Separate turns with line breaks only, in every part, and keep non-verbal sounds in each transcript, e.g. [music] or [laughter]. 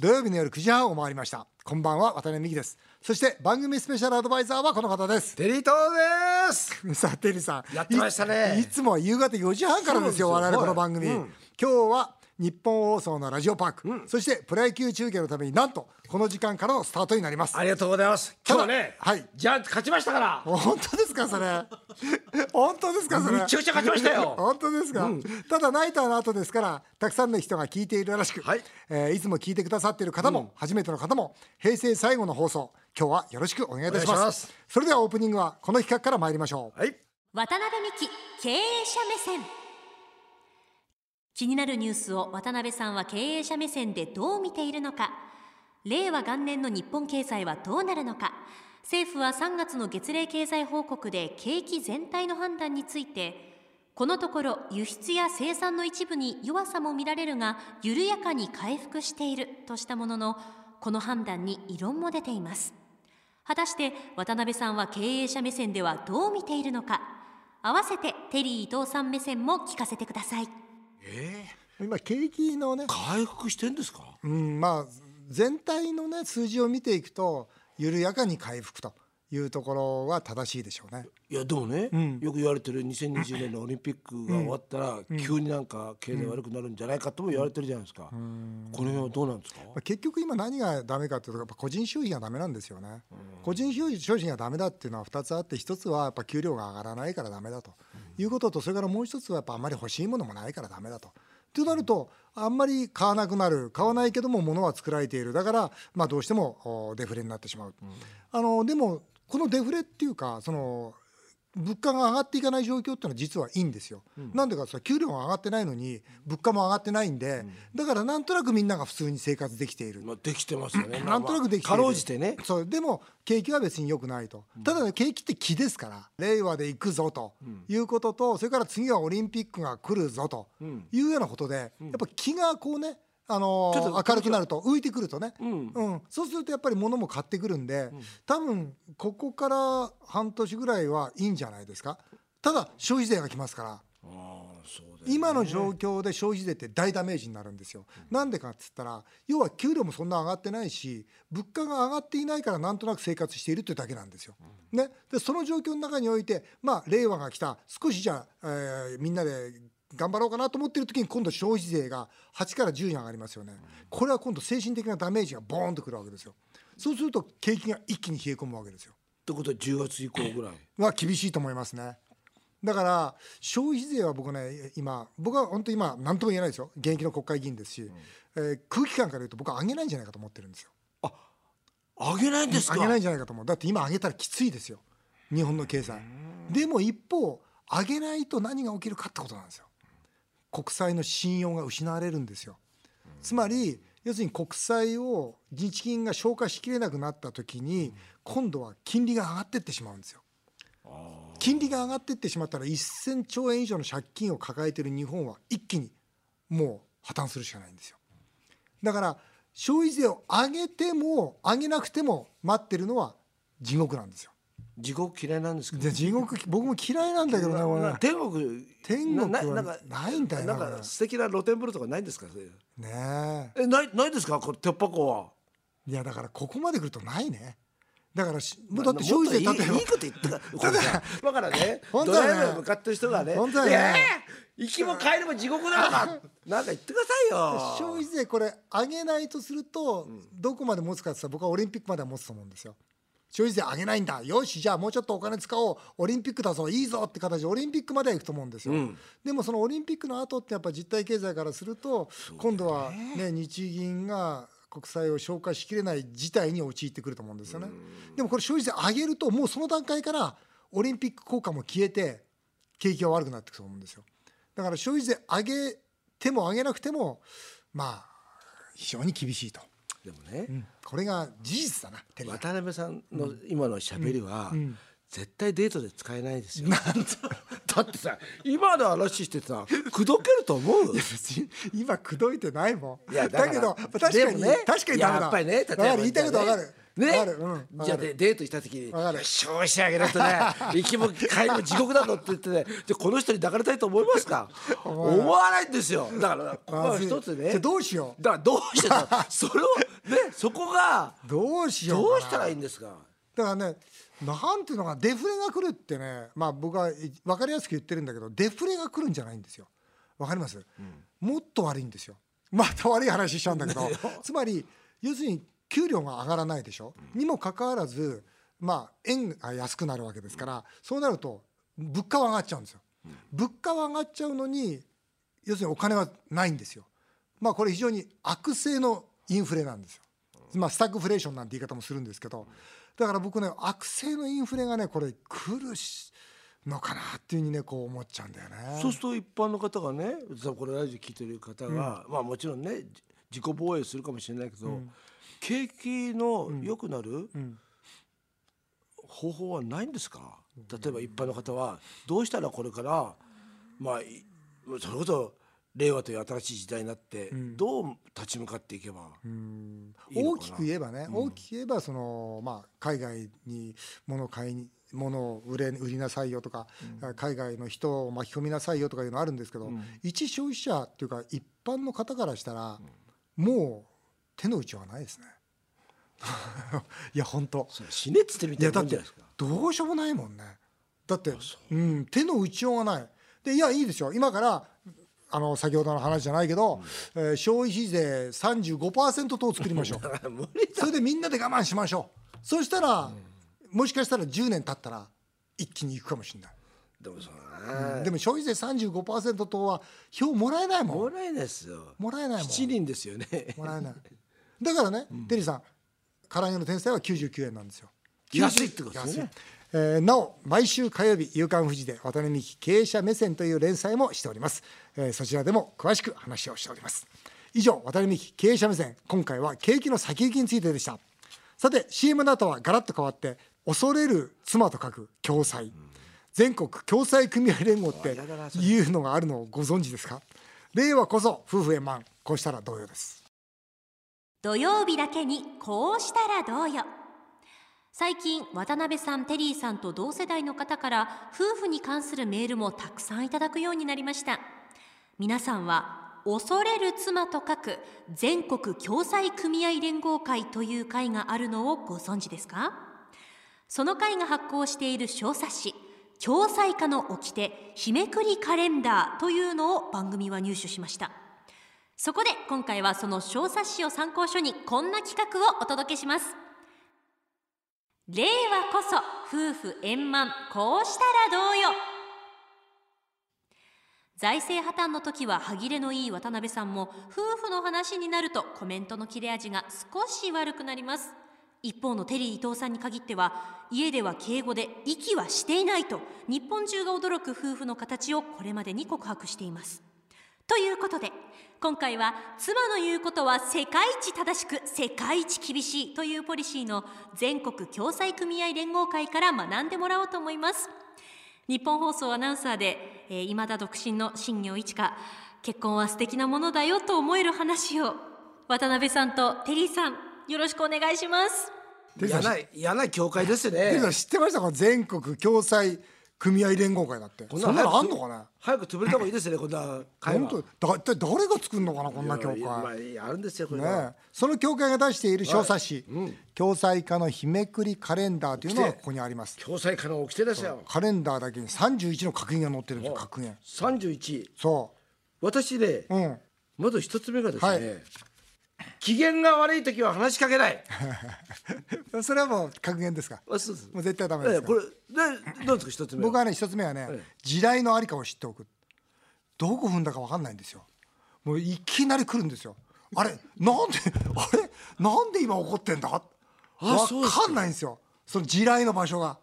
土曜日の夜9時半を回りましたこんばんは渡辺美希ですそして番組スペシャルアドバイザーはこの方です
テリー東です
[laughs] さあテリーさん
やってましたね
いいつもは夕方4時半からですよ
そう
我
なんで
々
すよ
この番組、
はいうん
今日は日本放送のラジオパーク、そしてプロ野球中継のためになんとこの時間からのスタートになります
ありがとうございます今日はね、
ただはい
ジャイアンツ勝ちましたから
本当ですかそれ本当ですかそれ
めちゃくちゃ勝ちました
[laughs]
よ
本当ですか、ただナイターの後ですからたくさんの人が聞いているらしく、
はい
えーいつも聞いてくださっている方も、初めての方も平成最後の放送今日はよろしくお願いいたしま
お
す
願いします
それではオープニングはこの企画から参りましょう
はい
渡辺美希経営者目線気になるニュースを渡辺さんは経営者目線でどう見ているのか令和元年の日本経済はどうなるのか政府は3月の月例経済報告で景気全体の判断についてこのところ輸出や生産の一部に弱さも見られるが緩やかに回復しているとしたもののこの判断に異論も出ています果たして渡辺さんは経営者目線ではどう見ているのか合わせてテリー伊藤さん目線も聞かせてください
え
今景気のね
ー、、回復してんですか
うん、まあ全体のね数字を見ていくと緩やかに回復というところは正しいでしょうね
いやでもね、よく言われてる2020年のオリンピックが終わったら、急になんか経済悪くなるんじゃないかとも言われてるじゃないですか、この辺はどうなんですか、
まあ結局今何がダメかっていうとやっぱ個人消費がダメなんですよね、個人消費消費がダメだっていうのは2つあって1つはやっぱ給料が上がらないからダメだと、いうこととそれからもう1つはやっぱあんまり欲しいものもないからダメだと。となるとあんまり買わなくなる買わないけども物は作られているだから、まあ、どうしてもおデフレになってしまう、あのでもこのデフレっていうかその物価が上がっていかない状況ってのは実はいいんですよ。なんでかって言ったら給料が上がってないのに物価も上がってないんで、だからなんとなくみんなが普通に生活できている。
まあ、できてますよね、
なんとなくできている
かろうじてね
そうでも景気は別に良くないと、ただね景気って気ですから令和で行くぞということと、それから次はオリンピックが来るぞというようなことで、やっぱ気がこうねあのー
ちょっと
明るくなると浮いてくるとね、
ん
うん、そうするとやっぱり物も買ってくるんで、多分ここから半年ぐらいはいいんじゃないですかただ消費税が来ますから
ああそうだよね
今の状況で消費税って大ダメージになるんですよ。なんでかっつったら要は給料もそんな上がってないし物価が上がっていないからなんとなく生活しているというだけなんですよ。ね、でその状況の中において、まあ、令和が来た少しじゃあ、えーみんなで頑張ろうかなと思ってる時に今度消費税が8から10に上がりますよね。これは今度精神的なダメージがボーンとくるわけですよ。そうすると景気が一気に冷え込むわけですよ。
ってことは10月以降ぐらい
は厳しいと思いますね。だから消費税は僕ね今僕は本当に今何とも言えないですよ現役の国会議員ですし、えー空気感から言うと僕は上げないんじゃないかと思ってるんですよ
上げないんですか
上げないんじゃないかと思うだって今上げたらきついですよ日本の経済でも一方上げないと何が起きるかってことなんですよ国債の信用が失われるんですよつまり要するに国債を日銀が消化しきれなくなった時に今度は金利が上がってってしまうんですよ金利が上がってってしまったら1000兆円以上の借金を抱えている日本は一気にもう破綻するしかないんですよだから消費税を上げても上げなくても待ってるのは地獄なんですよ
地獄嫌いなんですけど
で地獄僕も嫌いなんだけどねこれ
な天国
天国は
なんか
ないんだよ
な
なんこ
か
れ
素敵な露天風呂とかないんですか
ねえ
えないないですかこれ鉄箱はい
やだからここまで来るとないねだからしもうだって
まあ
消費税
もっ
例
と
え
いい
ば
いいこと言 [laughs] ったからこれさだから [laughs] ね
本当
ド
だね
ライバーに向かってる人がね
本当だね
えー行きも帰りも地獄なのかなんか言ってください
消
よ
費税これ上げないとするとどこまで持つかって言ったら僕はオリンピックまでは持つと思うんですよ。消費税上げないんだよしじゃあもうちょっとお金使おうオリンピックだぞいいぞって形でオリンピックまでは行くと思うんですよ、でもそのオリンピックの後ってやっぱ実体経済からすると、今度は、ね、日銀が国債を消化しきれない事態に陥ってくると思うんですよねでもこれ消費税上げるともうその段階からオリンピック効果も消えて景気が悪くなっていくと思うんですよだから消費税上げても上げなくてもまあ非常に厳しいと、
でもね、
これが事実だなテレビ
渡辺さんの今の喋りは、絶対デートで使えないですよ。だってさ今の話してさ口説けると思う
[laughs] 今口説いてないもん
いやだか
だ
ら
けど確かに、
でもね
確かにダメだ
やっぱりね例えば
わかる言いたいことわかる、
ね
わかるうん
じゃあ
わか
でデートした時に
わかる
消費者あげないと [laughs] ね行きも帰りも地獄だぞって言ってねじゃあこの人に抱かれたいと思いますか思わないんですよだからここは一つ
じゃ
ね
あどうしよう
だからどう [laughs] してたそれをねそこが
どうしようか
ど
な
うしたらいいんですか
だからねなんていうのかなデフレが来るってねまあ僕はい分かりやすく言ってるんだけどデフレが来るんじゃないんですよわかります、もっと悪いんですよまた悪い話しちゃうんだけどつまり要するに給料が上がらないでしょ、にもかかわらずまあ円が安くなるわけですから、そうなると物価は上がっちゃうんですよ、物価は上がっちゃうのに要するにお金はないんですよまあこれ非常に悪性のインフレなんですよまあ、スタグフレーションなんて言い方もするんですけどだから僕ね悪性のインフレがねこれ来るしのかなっていうふうにねこう思っちゃうんだよね。
そうすると一般の方がねさあこれラジオ聞いてる方が、まあもちろんねじ自己防衛するかもしれないけど、景気の良くなる
ん
方法はないんですか、例えば一般の方はどうしたらこれからまあいそれこそ令和という新しい時代になって、どう立ち向かっていけば、いいの
大
かな
きく言えばね、大きく言えばその、まあ、海外に物を買いに物を売れ売りなさいよとか、海外の人を巻き込みなさいよとかいうのあるんですけど、一消費者っていうか一般の方からしたら、もう手の内はないですね。 [laughs] いや本当
それ死ねっつってみ
い
た
や
い
だ
なも
っ
んじ
て
ゃないですか。
どうしようもないもんねだってうん、手の打ちようがないでいやいいですよ今からあの先ほどの話じゃないけど、えー消費税35%等を作りましょう [laughs]
無理
それでみんなで我慢しましょうそしたら、もしかしたら10年経ったら一気にいくかもしれない、
でもそんな
でも消費税35%等は票もらえないも
も
ん
らえないですよ。
もらえないもん
七人ですよね。
もらえないだからね、テリーさん唐揚げの天才は99円なんですよ
安いってことですよ
安い
ね
えーなお毎週火曜日「夕刊フジ」で渡辺美樹経営者目線という連載もしております、えーそちらでも詳しく話をしております以上渡辺美樹経営者目線今回は景気の先行きについてでしたさて CM の後はガラッと変わって恐れる妻と書く共済、全国共済組合連合って
やだなそれ
いうのがあるのをご存知ですか令和こそ夫婦円満こうしたら同様です
土曜日だけにこうしたらどうよ最近渡辺さんテリーさんと同世代の方から夫婦に関するメールもたくさんいただくようになりました皆さんは恐れる妻と書く全国共済組合連合会という会があるのをご存知ですかその会が発行している小冊子「共済家の掟日めくりカレンダー」というのを番組は入手しましたそこで今回はその小冊子を参考書にこんな企画をお届けします令和こそ夫婦円満こうしたらどうよ財政破綻の時は歯切れのいい渡辺さんも夫婦の話になるとコメントの切れ味が少し悪くなります一方のテリー伊藤さんに限っては家では敬語で息はしていないと日本中が驚く夫婦の形をこれまでに告白していますということで今回は妻の言うことは世界一正しく世界一厳しいというポリシーの全国共済組合連合会から学んでもらおうと思います日本放送アナウンサーで、えー、未だ独身の新業一華結婚は素敵なものだよと思える話を渡辺さんとテリーさんよろしくお願いします
テリーさ
嫌
ん
[laughs] な嫌な教会で
[laughs]
す
テリーさん
ね。
知ってましたか全国共済組合連合会だってそんなのあんのかね
早く潰れた方がいいですね。こんな会話。
本当だ一体誰が作るのかなこんな協
いやま
会
あいやあるんですよこれは。
ねえその協会が出している小冊子共済化の日めくりカレンダーというのが
起き
こ
て
こにあります
共済可能起きてですよ。
カレンダーだけに31の格言が載ってるんですよ格言
三十一。
そ
私ね、
ううん
まず一つ目がですね、
はい
機嫌が悪い時は話しかけない。
それはもう格言ですか
あそうです
もう絶対ダメ
え
で
え
すか
これでどうですか一つ目。
僕はね一つ目はね、時代のありかを知っておくどこ踏んだか分かんないんですよもういきなり来るんですよあれなんで [laughs] あれなんで今怒ってんだ
そうで
分
すか
かんないんですよその地雷の場所が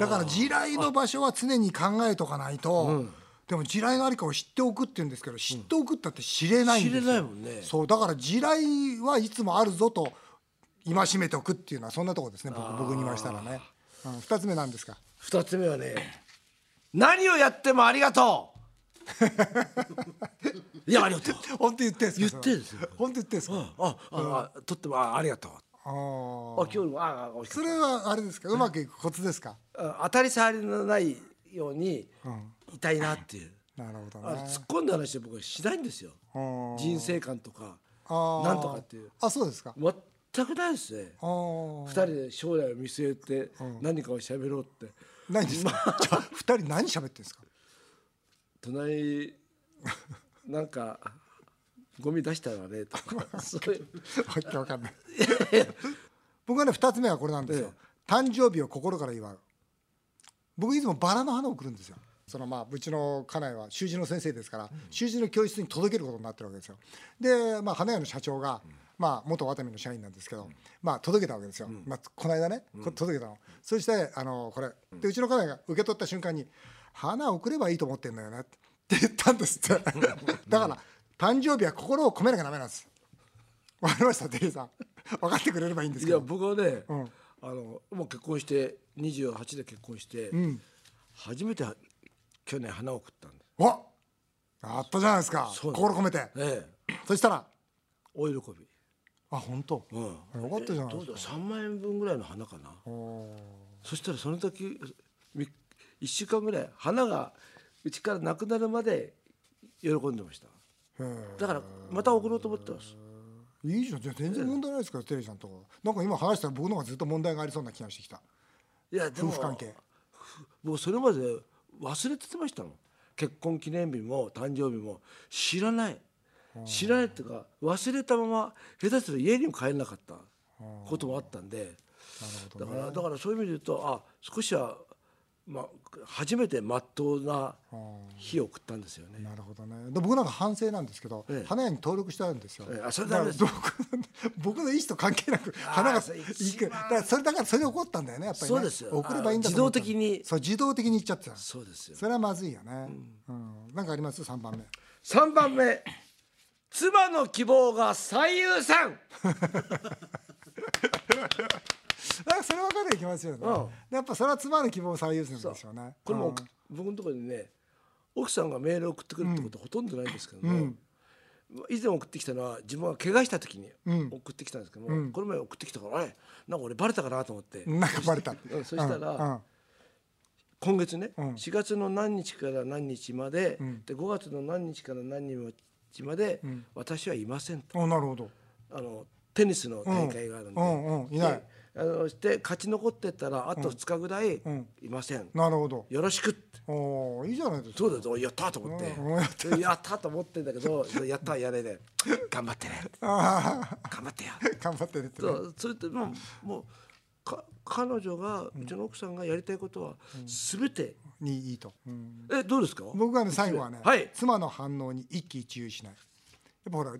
だから地雷の場所は常に考えとかないと、でも地雷のありかを知っておくって言うんですけど知っておくったって知れないんですよ、
知れないもんね
そうだから地雷はいつもあるぞと戒めておくっていうのはそんなとこですね僕僕に言いましたらね、うん、2つ目なんですか
二つ目はね、何をやってもあり
[laughs]
がとう。いやありがとう。
本当言ってんすか
言ってんですよ
それ本当言ってんすか
あああ取ってもあありがとう。
あ
あ
ー
今日のああ美味しか
そ
った
れはあれですかうまくいくコツですか、
あ当たり障りのないように
うん、
いたいなっていう、
なるほど
あの
ね
突っ込んだ話は僕はしないんですよ
うん
人生観とか
あー
なんとかっていう
あそうですか
全くないですね
あー
二人で将来を見据えて何かを喋ろうって
ないんです
[laughs]
かじゃあ二人何喋ってるんですか
[laughs] 隣なんかゴミ出したらねとか [laughs] そういう
わけわかんない僕はね二つ目はこれなんですよ、
え
誕生日を心から祝う僕いつもバラの花を送るんですよそのまあうちの家内は習字の先生ですから、習字の教室に届けることになってるわけですよで、まあ、花屋の社長が、まあ、元ワタミの社員なんですけど、まあ、届けたわけですよ、まあ、この間ね、こ届けたのそしてあのこれでうちの家内が受け取った瞬間に「花送ればいいと思ってんだよね」って言ったんですって [laughs] だから誕生日は心を込めなきゃダメなんですわかりましたデリーさん分かってくれればいいんです
い
け
や
ど
僕はね、
うん
あのもう結婚して28で結婚して、
ん
初めて去年花を送ったんで
わあったじゃないですか
そうなん
心込めて
す、ええ、
そしたら
お喜び、
あ本当
うん、
よかったじゃない
ど
で
う
す
だ
か
3万円分ぐらいの花かな
おー
そしたらその時み一週間ぐらい花がうちからなくなるまで喜んでました
へ
だからまた送ろうと思ってます
えいいじゃん全然問題ないですからテレーさんとかなんか今話したら僕の方がずっと問題がありそうな気がしてきた
いやで
夫
も
婦関係
もうそれまで忘れててましたもん結婚記念日も誕生日も知らない知らないっていうか忘れたまま下手すると家にも帰れなかったこともあったんでだからだからそういう意味で言うとあ少しは、まあ、初めてまっとうな日を送ったんですよね。
なるほどねで僕なんか反省なんですけど、
ええ
花屋に登録してあるんですよ、
ええあそれ
だか
ダメ
ら
です
僕僕 [laughs] の意思と関係なく花が
それ
行
一
く
番
だからそれだからそれで怒ったんだよねやっぱり、ね、
そうですよ
送ればいいんだと思ったの
あ自動的に
そう自動的に行っちゃってたそ
そうですよ
れはまずいよね、うんなんかあります3番目
3番目妻の希望が最優先
なんかそれ分かるいきますよね、
うん
やっぱそれは妻の希望を最優先ですよね
これも
うん
僕のところにね奥さんがメールを送ってくるってことほとんどないんですけども、以前送ってきたのは自分が怪我した時に送ってきたんですけども、この前送ってきたからあれなんか俺バレたかなと思って、
なんかバレた
うんそしたら
うんうん
今月ね、
ん
4月の何日から何日まで,、で5月の何日から何日まで、私はいませんと
おなるほど
あのテニスの大会があるんで、
うんうんうんいない
であのして勝ち残ってたらあと2日ぐらい
ん
いません、
なるほど
よろしくって
おーいいじゃないですか
そうだぞやったと思って、
うんやっ
やったと思ってんだけどやったやれで頑張ってね
あ
頑張ってよ
ー頑張って出て
そ
ね
うそれってもうもうか彼女がうちの奥さんがやりたいことは全て、
にいいと、うん
えどうですか
僕はね最後はね、
はい
妻の反応に一喜一憂しないやっぱほら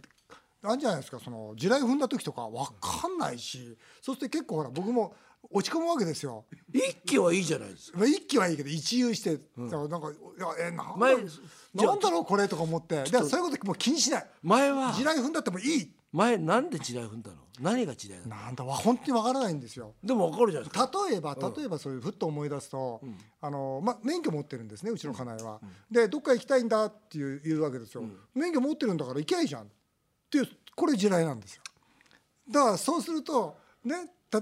あるじゃないですかその地雷踏んだ時とか分かんないしそうすると結構ほら僕も落ち込むわけですよ
一気はいいじゃないですか
まあ一気はいいけど一憂して、だからなんかいやえなんだ
前じゃあ
なんだろうこれとか思ってだからそういうこともう気にしない
前は
地雷踏んだってもいい
前なんで地雷踏んだの何が地雷だの
なんだわ本当に分からないんですよ
でも分かるじゃないですか
例えば例えばそういうふっと思い出すと、あのまあ、免許持ってるんですねうちの家内は、でどっか行きたいんだっていう言うわけですよ、免許持ってるんだから行きゃいいじゃんっていうこれ地雷なんですよだからそうするとね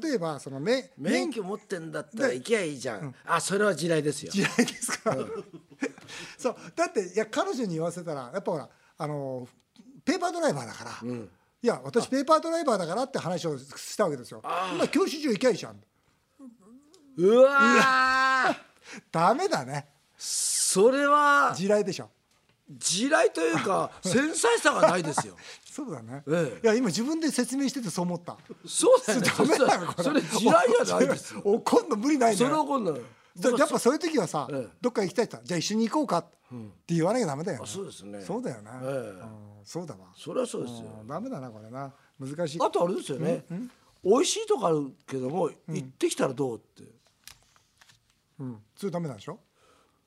例えばそのめ
免許持ってんだったら行きゃいいじゃん、あそれは地雷ですよ
地雷ですか、 [laughs] そうだっていや彼女に言わせたらやっぱほらあのペーパードライバーだから、いや私ペーパードライバーだからって話をしたわけですよ今教習所行きゃいいじゃん
うわー
ダメだね
それは
地雷でしょ
地雷という
[laughs]
か繊細さがないですよ
そうだね、
ええ
いや今自分で説明しててそう思った
そうだよね
ダメだよこれ
それそれ地雷じゃないですよ
怒んの無理ない
そ
ね
れ怒んなよ
だやっぱそういう時はさ、
ええ
どっか行きたいって言ったらじゃあ一緒に行こうかって言わなきゃダメだよね、
そうですね
そうだよね、
ええ
うんそうだわ
それはそうですよ
うんダメだなこれな難しい
あとあれですよね、美味しいとこあるけども行ってきたらどうって、
うんそれダメなんでしょ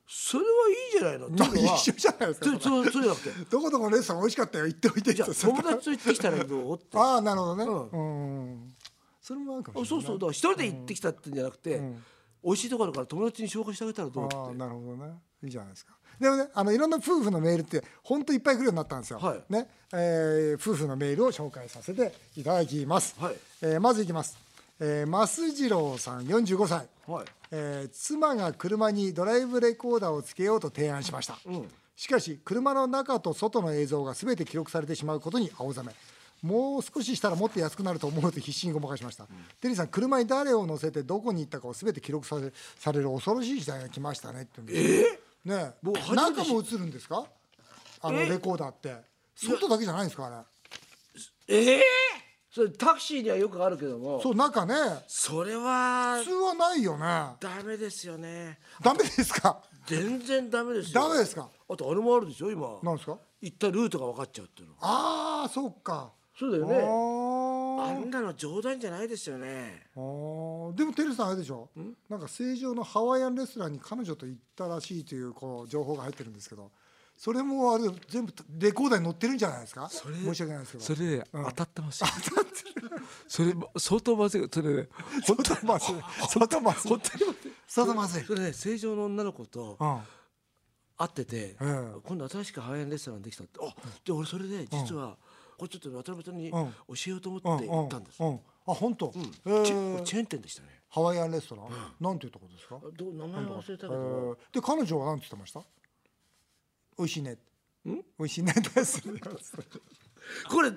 それはいいじゃないのっていうのは
一緒じゃないですか
それそうそうじゃな
[laughs]
くて
どこどこのレッスン美味しかったよ行っておいて
じゃあ
ってそれ
友達と行ってきたらどうってあ
ああなるほどね
う
うん、それもあるかもしれない
そうそうだから一人で行ってきたってんじゃなくて、美味しいところから友達に紹介してあげたらどう
ああ
って
なるほどねいいじゃないですかでもねあのいろんな夫婦のメールって本当いっぱい来るようになったんですよ、
はい
ねえー夫婦のメールを紹介させていただきます、
はい
えーまずいきます、えー、増次郎さん45歳、
はい
えー妻が車にドライブレコーダーをつけようと提案しました、しかし車の中と外の映像が全て記録されてしまうことに青ざめもう少ししたらもっと安くなると思うと必死にごまかしました、テリーさん車に誰を乗せてどこに行ったかを全て記録されされる恐ろしい時代が来ましたねってええねえ
僕初めて
中
知
も映るんですかあの
え
レコーダーって外だけじゃないんですかあれ
ええそれタクシーにはよくあるけども
そう中ね
それは
普通はないよね
ダメですよね
ダメですか
全然ダメですよ
ダメですか
あとあれもあるでしょ今
なんですか
行ったルートが分かっちゃうっていうの
ああそうか
そうだよ
あ
ねあ
ー
んなの冗談じゃないですよね
あーでもテルさんあれでしょなんか成城のハワイアンレストランに彼女と行ったらしいというこう情報が入ってるんですけどそれもあれ全部レコーダーに載ってるんじゃないですか申し訳ないですけど [laughs]
それで当たってますよ、それ相当まずいそれね
外ま
[laughs]
ずい外まずい外まずい
それね成城の女の子と
うん
会ってて、
うん
今度新しくハワイアンレストランできたってあで俺それで実は、これちょっと渡辺さんに
う
教
ん
えようと思
うん
って行ったんです、
うんうんあ本当え
チ
ー
ェチェーン店でしたね
ハワイアンレストランなんていうとこですか
あどう名前忘れたけ
え
ど、
ーで彼女はなんて言ってました美味しいね美味しいねです
これ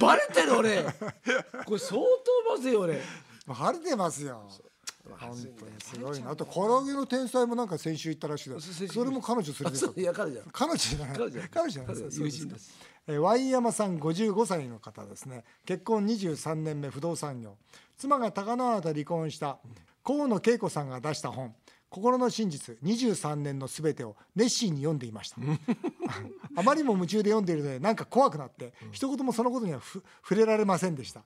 バレてる俺 [laughs] これ相当まずいよ俺
晴れてますよ。本当にすごいな。あと唐揚げの天才もなんか先週行ったらしいです。それも彼女連れて行
そ
っ
う
た。
いや彼じゃん
彼女じゃない。彼女
彼女じゃない
じゃないです。
友人です
えーワイヤマさん55歳の方ですね結婚23年目不動産業妻が高輪と離婚した河野恵子さんが出した本「心の真実23年のすべて」を熱心に読んでいました
[laughs]
あまりにも夢中で読んでいるのでなんか怖くなって、一言もそのことにはふ触れられませんでした、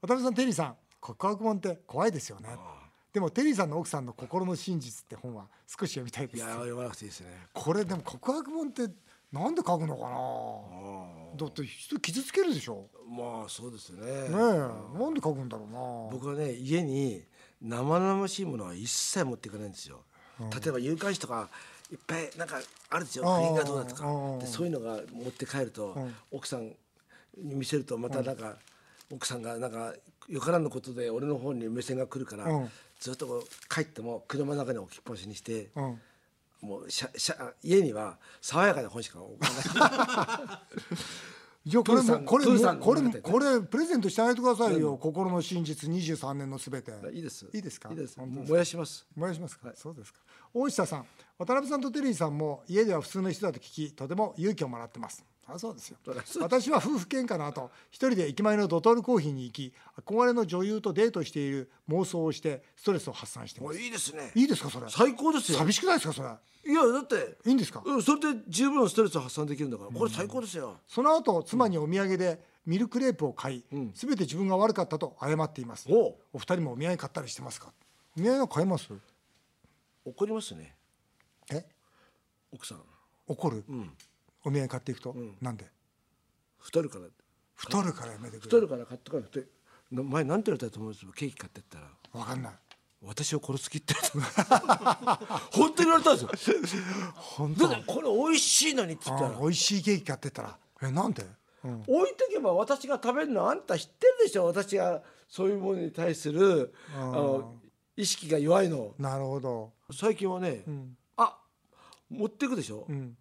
渡辺さんテリーさん告白本って怖いですよねでもテリーさんの奥さんの「心の真実」って本は少し読みたいです
いや読まなくていいですね
これでも告白本ってなんで書くのかなだって人傷つけるでしょ
まあそうですね
ねえなんで書くんだろうな
僕はね家に生々しいものは一切持っていかないんですよ、例えば有刊誌とかいっぱいなんかあるんですよ
ああ
不倫がどうだとか
ああ
でそういうのが持って帰ると、奥さんに見せるとまたなんか、奥さんがなんかよからぬことで俺の方に目線が来るから、
うん
ずっとこう帰っても車の中に置きっぱなしにして、
うん
もうしゃしゃ家には爽やかな本しか置かない。
じゃあこれ
プーさ
も
ん
これ
プ
も
ーさん
これも
ごめんなさい
これプレゼントしてあげてくださいよ心の真実23年のすべて
いいです。
いいですか
いいです。
本当
燃やします。
お願いしますか、そうですか大下さん渡辺さんとテリーさんも家では普通の人だと聞きとても勇気をもらってますあそうですよ私は夫婦喧嘩の後一人で駅前のドトールコーヒーに行き憧れの女優とデートしている妄想をしてストレスを発散してま
お
す
いいですね。
いいですかそれ
最高ですよ。
寂しくないですかそれ
いやだって
いいんですか
うんそれで十分のストレスを発散できるんだからこれ最高ですよ、
その後妻にお土産でミルクレープを買い、すべて自分が悪かったと謝っています。
おう
お二人もお土産買ったりしてますか。お土産は買えます。
怒りますね
え、
奥さん
怒る。お土産買っていくと、なんで。
太るから
太るからやめてく
太
れ。
るから買ってからってな前なんて言われたと思うんですよケーキ買ってったら
わかんない。
私を殺す気って [laughs] 本当に言われたんです [laughs] よ
本
だってこれ美味しいのにって言ったら
美味しいケーキ買ってったら、え、なんで。うん
置いとけば私が食べるのあんた知ってるでしょ私がそういうものに対するあの意識が弱いの
なるほど。
最近はね、あ持ってくでしょ、
うん。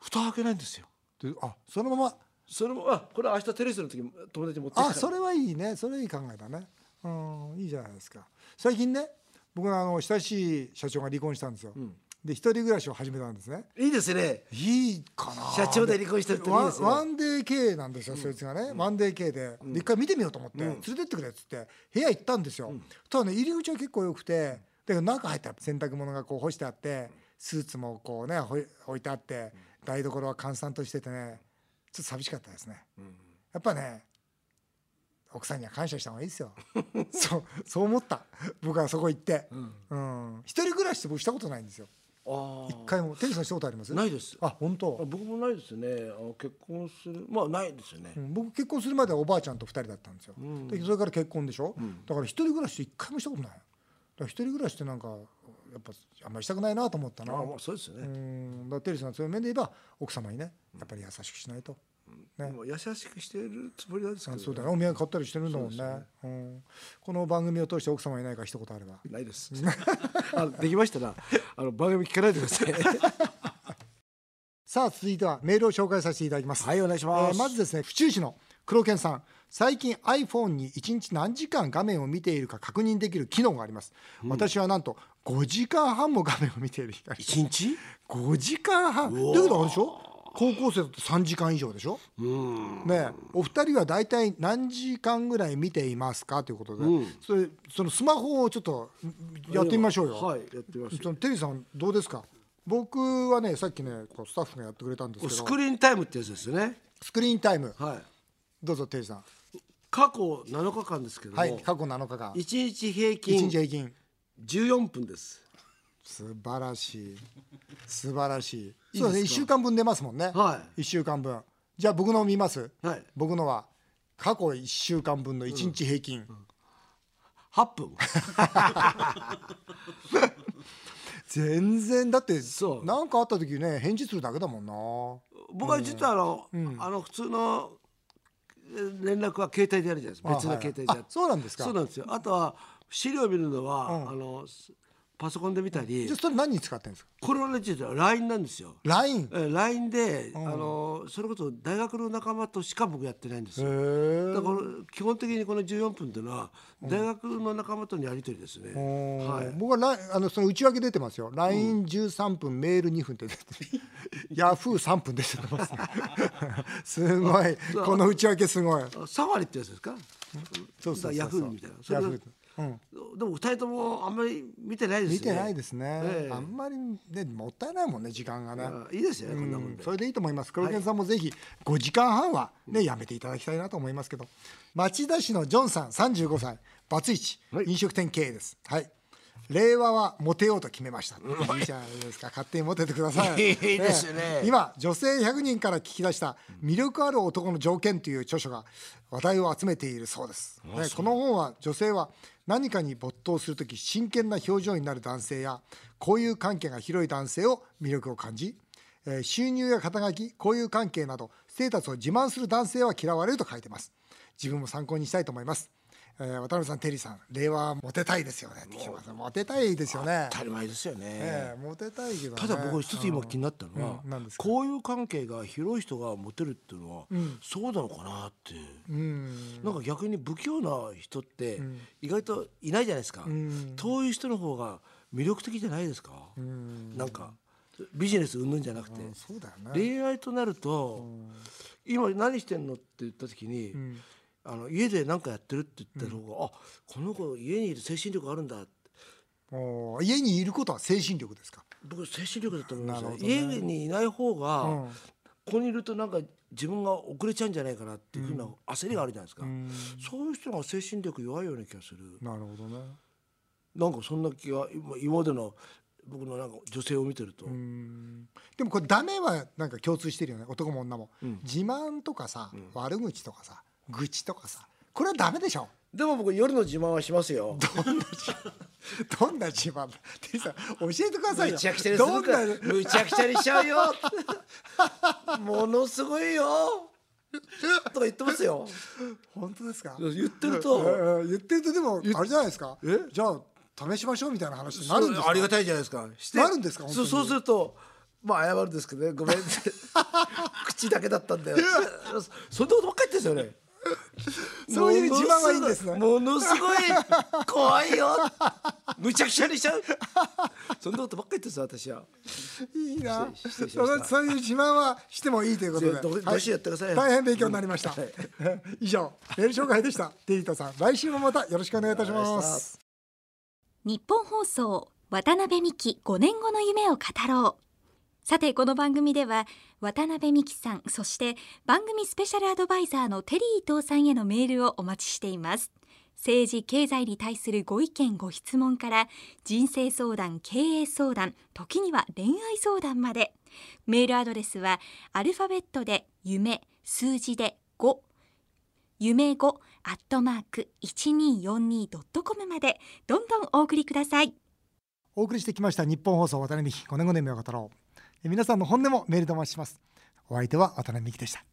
蓋開けないんですよ
であ、そのまま。
それもあこれは明日テレスの時友達に持ってきた
あそれはいいねそれいい考えだねうんいいじゃないですか最近ね僕のあの親しい社長が離婚したんですよ、で一人暮らしを始めたんですね
いいですね
いいかな
社長で離婚してるっていい
ワン
ですね
ワンデー経営なんですよ、そいつがねワンデー経営でで一回見てみようと思って、連れてってくれっつって部屋行ったんですよ、ただね入り口は結構良くてだけど中入ったら洗濯物がこう干してあってスーツもこうねほい置いてあって台所は閑散としててねちょっと寂しかったですね、やっぱね奥さんには感謝した方がいいです
[laughs]
よそうそう思った僕はそこ行って、うん一人暮らしって僕したことないんですよ
あ
一回もテリーさんしたことあります
ないです
あ本当
僕もないですねあの結婚するまあないですよね、
うん僕結婚するまではおばあちゃんと2人だったんですよ、でそれから結婚でしょ、だから一人暮らし一回もしたことないら一人暮らしってなんかやっぱあんまりしたくないなと思ったな
ああまあそうですよ
う
ね、
んだからテリーさんそういう面で言えば奥様にねやっぱり優しくしないと、ね
でも優しくしてるつもりなんですけど、
そうだねお土産買ったりしてるんだもんね
そう
う
で
ん、この番組を通して奥様いないか一言あれば
ないです。 [laughs] あできましたらあの番組聞かないでく
[laughs]
ださい。
さあ続いてはメールを紹介させていただきます、
はいお願いし
え
ます。
ーまずですね府中市の黒犬さん最近 iPhone に1日何時間画面を見ているか確認できる機能があります、私はなんと5時間半も画面を見ている日があります
一日？
5時間半ということはあれでしょ高校生だと3時間以上でしょ
うん。
ねえお二人は大体何時間ぐらい見ていますかということで、
うん
それそのスマホをちょっとやってみましょうよ、
はい、やってみまし
そ
ょう
のテリーさんどうですか僕はねさっきねこうスタッフがやってくれたんです
こ
け
れ。
ど
スクリーンタイムってやつですよね。
スクリーンタイム
はい。
どうぞテリーさん
過去7日間ですけど
はい
も、
過去7日間
一日平
一
均
日平均
14分です。
素晴らしい素晴らしいそうですね1週間分出ますもんね、
は
1週間分じゃあ僕の見ます、
はい
僕のは過去1週間分の1日平均、
8分。
全然だって
そう
なんかあった時ね返事するだけだもんな
僕は実はあの、あの普通のえー連絡は携帯でやるじゃないですか。別の携帯でや
あ
っ
はい
て
あ。そうなんですか
そうなんですよ。あとは資料見るのは、あのすパソコンで見たり
じゃあ、それ何に使ってるんですか
これはね実は LINE なんですよ。
LINE
えー LINE で、あのそれこそ大学の仲間としか僕やってないんですよ。
へえ
だから基本的にこの14分というのは大学の仲間とのやり取りですね。はい。
僕はラインあのその内訳出てますよ LINE13 分、メール2分って出て
[laughs]
Yahoo3 分出てますね
[laughs]
すごいこの内訳すごい
あサファリってやつですか。
そうそうそうそう
ヤフーみたいな。それが
Yahoo うん
でも二人ともあんまり見てないですね。
見てないですね、
ええ
あんまりねもったいないもんね時間がね、
あいいですよねこんなもん
うん
で
そ。れでいいと思います黒犬さんもぜひ5時間半はね、やめていただきたいなと思いますけど町田市のジョンさん35歳バツイチ、
はい
飲食店経営ですはい令和はモテようと決めましたいいじゃないですか勝手にモテてください
[laughs] いいですね
今女性100人から聞き出した魅力ある男の条件という著書が話題を集めているそうです、ねこの本は女性は何かに没頭する時真剣な表情になる男性や交友関係が広い男性を魅力を感じえー収入や肩書き交友関係などステータスを自慢する男性は嫌われると書いてます自分も参考にしたいと思います、えー渡辺さんテリーさん令和はモテたいですよねって聞いてますモテたいですよね
当たり前ですよね。
ええモテたいけど、ね、
ただ僕一つ今気になったのは、
うん何ですか
交友関係が広い人がモテるっていうのは、そうなのかなって、
うん
なんか逆に不器用な人って意外といないじゃないですか、遠い人の方が魅力的じゃないですか、なんかビジネス云々じゃなくて、
そうだよね
恋愛となると、今何してんのって言った時に、あの家で何かやってるって言った方が、あこの子家にいる精神力あるんだって
おー家にいることは精神力ですか
僕精神力だと思いますよ、
なるほどね
家にいない方が、
うん
ここにいるとなんか自分が遅れちゃうんじゃないかなっていうふうな焦りがあるじゃないですか、そういう人が精神力弱いような気がする
なるほどね
なんかそんな気が今今までの僕のなんか女性を見てると、
でもこれダメはなんか共通してるよね男も女も、自慢とかさ、悪口とかさ愚痴とかさこれはダメでしょ [laughs]
でも僕夜の自慢はしますよ
どんな自慢だテリーさん教えてくださいよ
むちゃくちゃにす
ど
る
ん
か
な
らむちゃくちゃにしちゃうよ [laughs] ものすごいよとか言ってますよ
本当ですか
言ってる
え
と
ー言ってるとでもあれじゃないですか
え
じゃあ試しましょうみたいな話になるんです
あ
か
りがたいじゃないですかして
なるんですか本当
そう
に
そうするとまあ謝るんですけどね
[laughs]
ごめんって口だけだったんだよそんなことばっかり言ってんですよね
そういう自慢はいいんですね
ものすごい怖いよむちゃくちゃにしちゃうそんなことばっかり言ってんですよ私はい
いな
失礼しました
そのそういう自慢はしてもいいということで
どう
は
どうしようやってくださいよ
大変勉強になりました、
うんはい
[laughs] 以上メール紹介でしたデリータさん来週もまたよろしくお願いいたし
お願
ま
いしますす
日本放送渡辺美希5年後の夢を語ろうさてこの番組では渡辺美希さんそして番組スペシャルアドバイザーのテリー伊藤さんへのメールをお待ちしています政治経済に対するご意見ご質問から人生相談経営相談時には恋愛相談までメールアドレスはアルファベットで夢数字で5夢5
アットマーク 1242.com までどんどんお送りください
お送りしてきました日本放送渡辺美希5年5年目を語ろうえ皆さんの本音もメールでお待ちしますお相手は渡辺美希でした